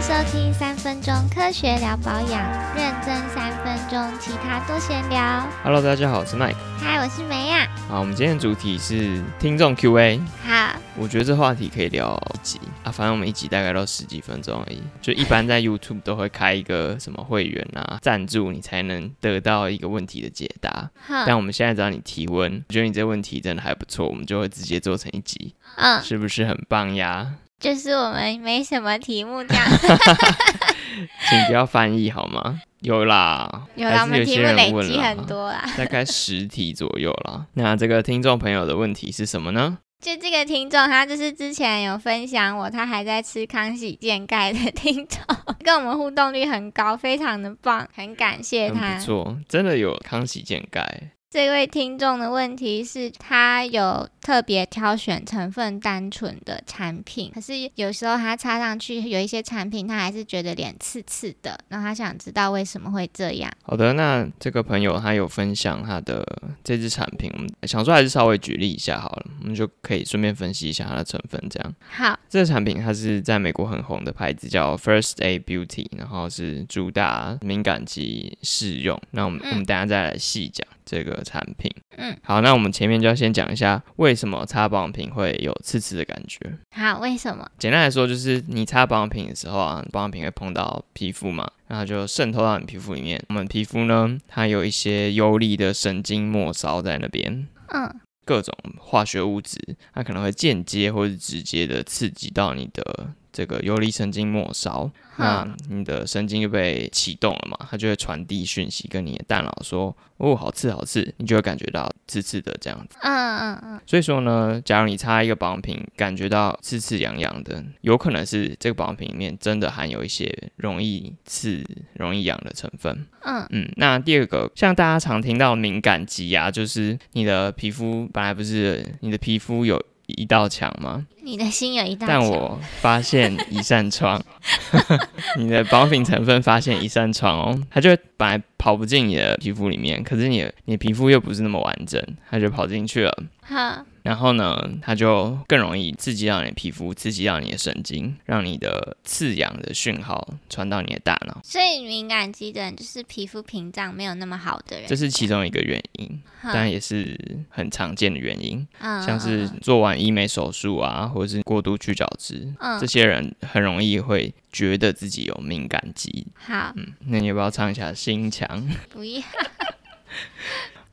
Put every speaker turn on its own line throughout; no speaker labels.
三分钟科学聊保养，认真三分钟，其他多闲聊。
Hello，大家好，我是 Mike。啊
嗨，我是梅啊亚。
好，我们今天的主题是听众 Q&A。
好，
我觉得这话题可以聊一集啊，反正我们一集大概都十几分钟而已。就一般在 YouTube 都会开一个什么会员啊、赞助，你才能得到一个问题的解答。但
哼，
我们现在只要你提问，我觉得你这问题真的还不错，我们就会直接做成一集，
嗯，
是不是很棒呀？
就是我们没什么题目 这样。
请不要翻译好吗？ 有啦，
有啦，我
还是
们
有
题
些
目累
人问
积
啦
很多啦。
大概十题左右啦。那这个听众朋友的问题是什么呢？
就这个听众，他就是之前有分享我，他还在吃康喜健钙的听众， 跟我们互动率很高，非常的棒，很感谢
很
他
不。错，真的有康熙健钙，
这位听众的问题是，他有特别挑选成分单纯的产品，可是有时候他擦上去有一些产品，他还是觉得脸刺刺的，然后他想知道为什么会这样。
好的，那这个朋友他有分享他的这支产品，我们想说还是稍微举例一下好了，我们就可以顺便分析一下它的成分。这样，
好，
这个产品它是在美国很红的牌子，叫 First A Beauty，然后是主打敏感肌适用。那我们、
嗯
我们等一下再来细讲这个产品。
嗯，
好，那我们前面就要先讲一下为什么擦保养品会有刺刺的感觉。
好，为什么？
简单来说，就是你擦保养品的时候啊，保养品会碰到皮肤嘛，然后就渗透到你皮肤里面。我们皮肤呢，它有一些游离的神经末梢在那边，
嗯
各种化学物质，它可能会间接或是直接的刺激到你的这个游离神经末梢，那
哼，
你的神经就被启动了嘛，它就会传递讯息跟你的大脑说，哦，好刺好刺，你就会感觉到刺刺的这样子。
嗯嗯嗯，
所以说呢，假如你擦一个保养品，感觉到刺刺痒痒的，有可能是这个保养品里面真的含有一些容易刺、容易痒的成分。
嗯
嗯，那第二个，像大家常听到敏感肌啊，就是你的皮肤本来不是你的皮肤有一道墙吗？
你的心有一大
但
墙
我发现一扇窗， 你的保养品成分发现一扇窗哦，它就会本来跑不进你的皮肤里面，可是你的你的皮肤又不是那么完整，它就跑进去了。
好，
然后呢，它就更容易刺激到你的皮肤，刺激到你的神经，让你的刺痒的讯号传到你的大脑，
所以敏感肌的人就是皮肤屏障没有那么好的人，
这是其中一个原因，
哼
当然也是很常见的原因，
嗯
像是做完医美手术啊，或者是过度去角质，
嗯
这些人很容易会觉得自己有敏感肌。
好，
那你要不要唱一下《心墙》？
不要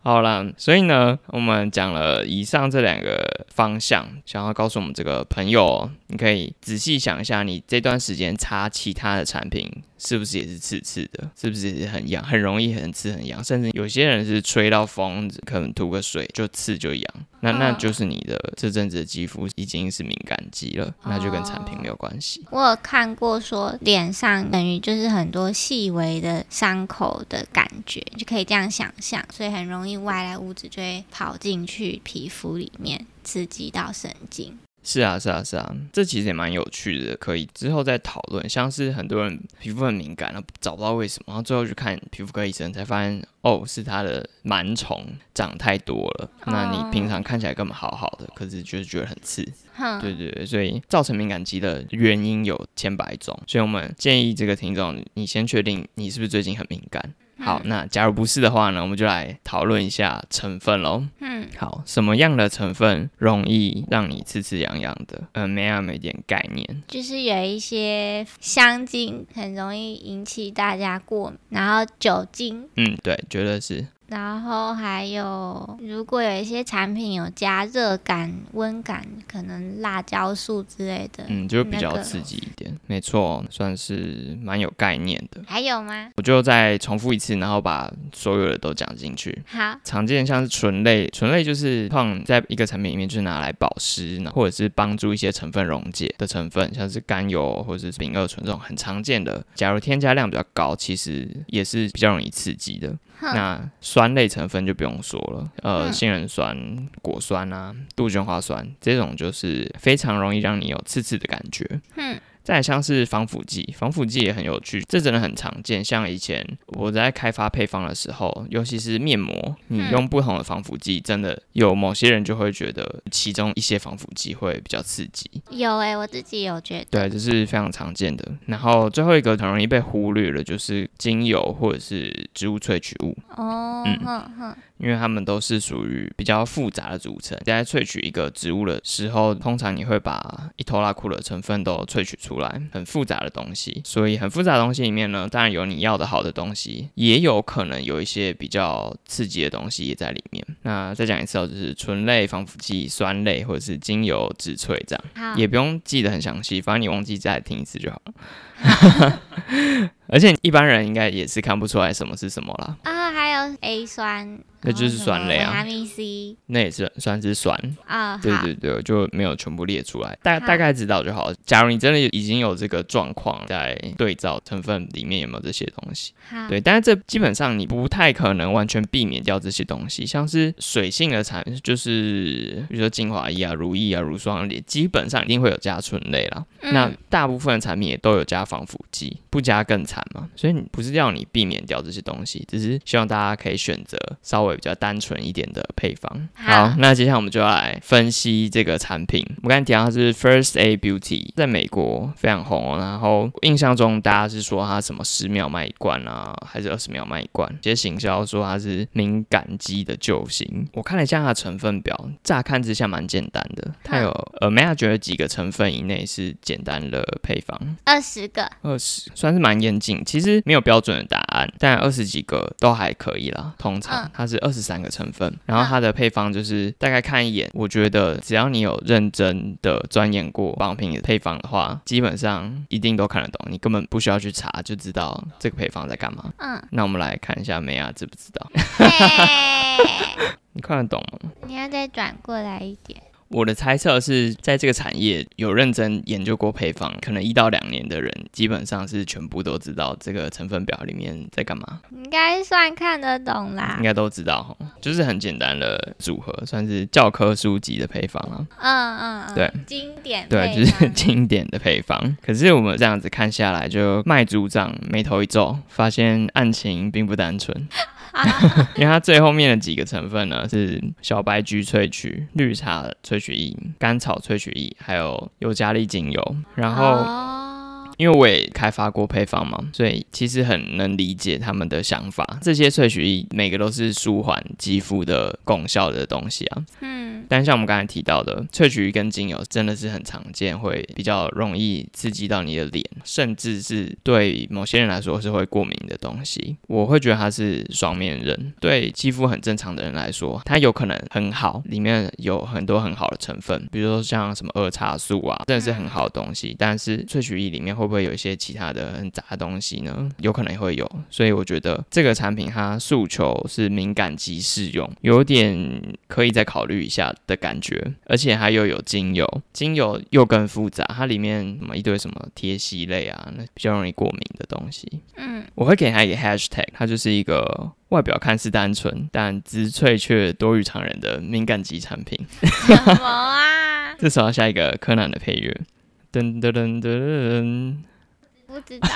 好啦，所以呢，我们讲了以上这两个方向，想要告诉我们这个朋友哦，你可以仔细想一下，你这段时间擦其他的产品是不是也是刺刺的，是不是也是很痒，很容易很刺很痒，甚至有些人是吹到风，可能涂个水就刺就痒，那那
嗯
就是你的这阵子的肌肤已经是敏感肌了，那就跟产品没有关系。
我有看过说脸上等于就是很多细微的伤口的感觉，就可以这样想象，所以很容易外来物质就会跑进去皮肤里面，刺激到神经。
是啊，是啊，是啊，这其实也蛮有趣的，可以之后再讨论。像是很多人皮肤很敏感，然后找不到为什么，然后最后去看皮肤科医生，才发现哦，是他的螨虫长太多了。那
哦
你平常看起来根本好好的，可是就是觉得很刺。
哼，
对对对，所以造成敏感肌的原因有千百种，所以我们建议这个听众，你先确定你是不是最近很敏感。好，
嗯
那假如不是的话呢，我们就来讨论一下成分喽。
嗯，
好，什么样的成分容易让你刺刺痒痒的？嗯、没有没点概念。
就是有一些香精很容易引起大家过敏，然后酒精，
嗯，对，觉得是
然后还有如果有一些产品有加热感、温感，可能辣椒素之类的，
嗯，就比
那
较
个
刺激一点。没错，算是蛮有概念的。
还有吗？
我就再重复一次，然后把所有的都讲进去。
好，
常见像是醇类，醇类就是放在一个产品里面，就是拿来保湿，然后或者是帮助一些成分溶解的成分，像是甘油或者是丙二醇这种很常见的。假如添加量比较高，其实也是比较容易刺激的。
哼
那酸类成分就不用说了，呃，
嗯
杏仁酸、果酸啊、杜鹃花酸这种就是非常容易让你有刺刺的感觉。
嗯
再来像是防腐剂，防腐剂也很有趣，这真的很常见。像以前我在开发配方的时候，尤其是面膜，你
嗯
用不同的防腐剂，真的有某些人就会觉得其中一些防腐剂会比较刺激。
有诶、我自己有觉得，
对，这是非常常见的。然后最后一个很容易被忽略的就是精油或者是植物萃取物，
哦，
嗯
哼哼，
因为它们都是属于比较复杂的组成。在萃取一个植物的时候，通常你会把伊托拉库的成分都萃取出来，很复杂的东西。所以很复杂的东西里面呢，当然有你要的好的东西，也有可能有一些比较刺激的东西也在里面。那再讲一次哦，就是醇类、防腐剂、酸类或者是精油、植萃这样。
好，
也不用记得很详细，反正你忘记再听一次就好了。而且一般人应该也是看不出来什么是什么啦，
啊、还有 A 酸，
那就是
然后
酸
什
类
么维他
啊，
命 C
那也是算是酸。
啊、
对
好，
对对，就没有全部列出来，大
好
大概知道就好。假如你真的已经有这个状况，在对照成分里面有没有这些东西，
好，
对，但是这基本上你不太可能完全避免掉这些东西，像是水性的产，就是比如说精华液啊、乳液啊、乳霜也基本上一定会有加醇类啦。
嗯
那大部分的产品也都有加防腐剂，不加更惨嘛。所以你不是要你避免掉这些东西，只是希望大家可以选择稍微比较单纯一点的配方。
好
好，那接下来我们就要来分析这个产品。我刚才提到它是 First A Beauty，在美国非常红、哦。然后印象中大家是说它什么十秒卖一罐啊，还是二十秒卖一罐？有些行销说它是敏感肌的救星。我看了一下它的成分表，乍看之下蛮简单的，它有呃 m a 觉得几个成分以内是简单的配方，
二十个，
二十算是蛮严谨。其实没有标准的答案，但二十几个都还可以啦。通常
嗯
它是二十三个成分，然后它的配方就是大概看一眼，我觉得只要你有认真的钻研过保养品的配方的话，基本上一定都看得懂，你根本不需要去查就知道这个配方在干嘛。
嗯，
那我们来看一下美亚知不知道？
嘿，
你看得懂吗？
你要再转过来一点，
我的猜测是在这个产业有认真研究过配方，可能一到两年的人，基本上是全部都知道这个成分表里面在干嘛，
应该算看得懂啦
应，该都知道哈，就是很简单的组合，算是教科书级的配方啊，
嗯嗯嗯，
对，
经典
对，啊
配
就是
方
经典的配方。可是我们这样子看下来，就卖组长眉头一皱，发现案情并不单纯。因为它最后面的几个成分呢是小白菊萃取、绿茶萃取液、甘草萃取液，还有尤加利精油。 然后
哦，
因为我也开发过配方嘛，所以其实很能理解他们的想法。这些萃取液每个都是舒缓肌肤的功效的东西啊。
嗯，
但像我们刚才提到的，萃取跟精油真的是很常见，会比较容易刺激到你的脸，甚至是对某些人来说是会过敏的东西。我会觉得它是双面人，对肌肤很正常的人来说，它有可能很好，里面有很多很好的成分，比如说像什么二叉素啊，真的是很好的东西。但是萃取液里面会不会有一些其他的很杂的东西呢？有可能会有，所以我觉得这个产品它诉求是敏感肌适用，有点可以再考虑一下的感觉。而且它又有精油，精油又更复杂，它里面什么一堆什么贴息类啊，那比较容易过敏的东西。
嗯，
我会给它一个 hashtag，它就是一个外表看似单纯，但植萃却多于常人的敏感肌产品。
什么 啊？
这时候要下一个柯南的配乐，噔噔噔噔噔，
不知 道，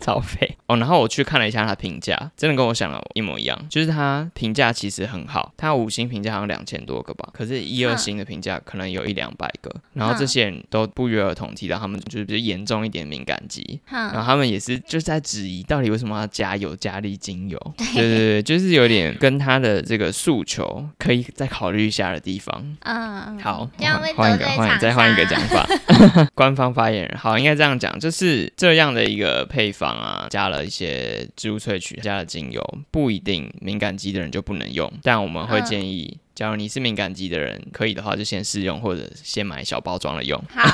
超费哦。然后我去看了一下他评价，真的跟我想的一模一样，就是他评价其实很好，他五星评价好像两千多个吧，可是一二
嗯
星的评价可能有一两百个。然后
嗯
这些人都不约而同提到他们就是比较严重一点敏感肌，然
哼，
后他们也是就是在质疑到底为什么要加油加力精油，对对对，就是有点跟他的这个诉求可以再考虑一下的地方。
嗯，嗯
好，
这样会
换一个，
得罪
换一个，
厂
再换一个讲
商啊
法。 官方发言人，好，应该这样讲，就是这样的一个配方啊，加了一些植物萃取，加了精油，不一定敏感肌的人就不能用，但我们会
嗯
建议，假如你是敏感肌的人，可以的话就先试用，或者先买小包装 的用。
好，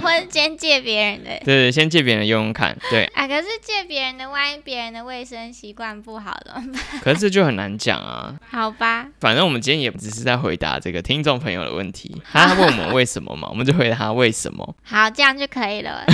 或者先借别人的。
对对，先借别人用用看，对，
啊，可是借别人的，万一别人的卫生习惯不好怎么办？
可是这就很难讲啊。
好吧，
反正我们今天也只是在回答这个听众朋友的问题，他问我们为什么嘛，我们就回答他为什么。
好，这样就可以 了。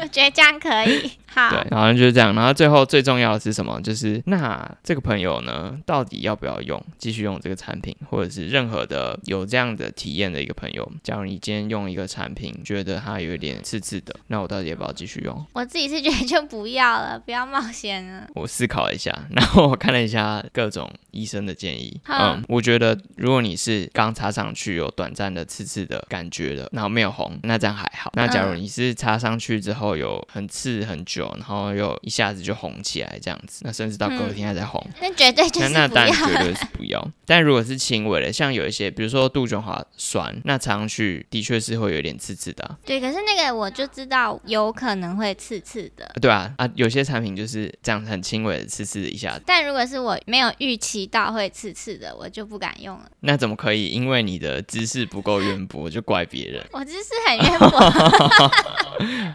我觉得这样可以。好，
对，然后就是这样。然后最后最重要的是什么？就是那这个朋友呢，到底要不要用，继续用这个产品，或者是任何的有这样的体验的一个朋友，假如你今天用一个产品，觉得它有一点刺刺的，那我到底要不要继续用？
我自己是觉得就不要了，不要冒险了。
我思考了一下， 然后我看了一下各种医生的建议。
嗯
嗯，我觉得如果你是刚插上去有短暂的刺刺的感觉的，然后没有红，那这样还好。那假如
嗯
你是插上去之后有很刺很久，然后又一下子就红起来这样子，那甚至到隔天还在红。
那绝对嗯就
那
是
那
不
当
要
然绝对是不 要，但如果是轻微的，像有一些，比如说杜鹃花酸，那插上去的确是会有点刺刺的啊、
对，可是那个我就知道有可能会刺刺的。
对啊，啊，有些产品就是这样很轻微的刺刺一下子，
但如果是我没有预期到会刺刺的，我就不敢用了。
那怎么可以因为你的知识不够渊博就怪别人？
我知识很渊博，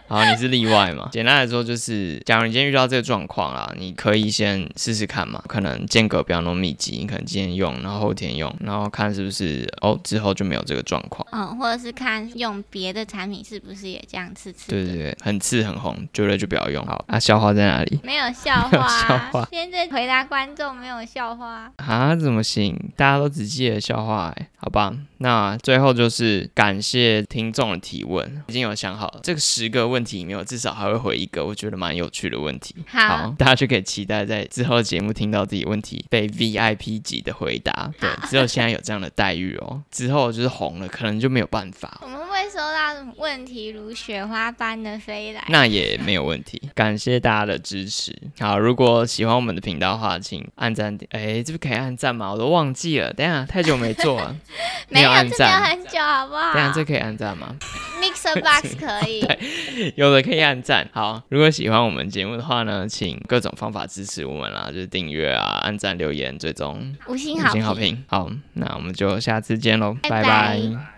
好，你是例外嘛？简单来说就是，假如你今天遇到这个状况啦，你可以先试试看嘛，可能间隔不要那么密集，你可能今天用，然后后天用，然后看是不是哦之后就没有这个状况。
嗯，或者是看用别的产品是不是也这样刺刺的。
对对对，很刺很红，觉得就不要用。好，啊，消化在哪里？
没有笑话啊，
没有笑话
现在回答观众没有笑话啊。
啊，怎么行？大家都只记得笑话、欸，好吧？那最后就是感谢听众的提问，已经有想好了，这个十个问题里面，我至少还会回一个，我觉得蛮有趣的问题。
好
大家就可以期待在之后的节目听到自己问题被 VIP 级的回答。对，只有现在有这样的待遇 哦，之后就是红了，可能就没有办法哦
我们会收到问题如雪花般的飞来。，
那也没有问题， 感谢大家的支持。好，如果喜欢我们的频道的话，请按赞。哎，这不可以按赞吗？我都忘记了，等一下太久没做了
没
按
这啊没有
赞。
很久，好不好
等一下这可以按赞吗？
？Mixer Box 可 以，
有的可以按赞。好，如果喜欢我们节目的话呢，请各种方法支持我们啦，就是订阅啊、按赞、留言、追踪、
五星
五
好
星好
评。
评。好，那我们就下次见喽，
拜
拜
拜
拜